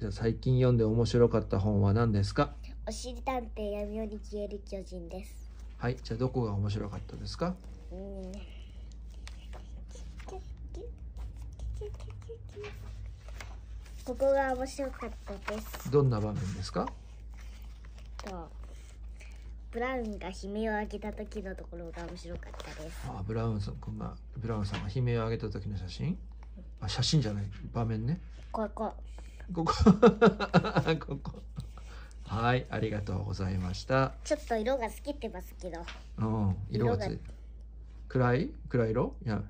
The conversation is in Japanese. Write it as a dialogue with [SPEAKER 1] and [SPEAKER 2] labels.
[SPEAKER 1] じゃあ最近読んで面白かった本は何ですか
[SPEAKER 2] おしりたんてい闇夜に消える巨人です。
[SPEAKER 1] はいじゃあどこが面白かったですか
[SPEAKER 2] うん。ここが面白かったです。
[SPEAKER 1] どんな場面ですか
[SPEAKER 2] と。ブラウンが悲鳴を上げた時のところが面白かったです。
[SPEAKER 1] あブラウンさんくんがブラウンさんが悲鳴を上げた時の写真あ写真じゃない場面ね
[SPEAKER 2] ここ。
[SPEAKER 1] ここ ここはいありがとうございました
[SPEAKER 2] ちょっと色が透けてますけど。
[SPEAKER 1] うん色がつい
[SPEAKER 2] 色
[SPEAKER 1] 暗い暗い色いや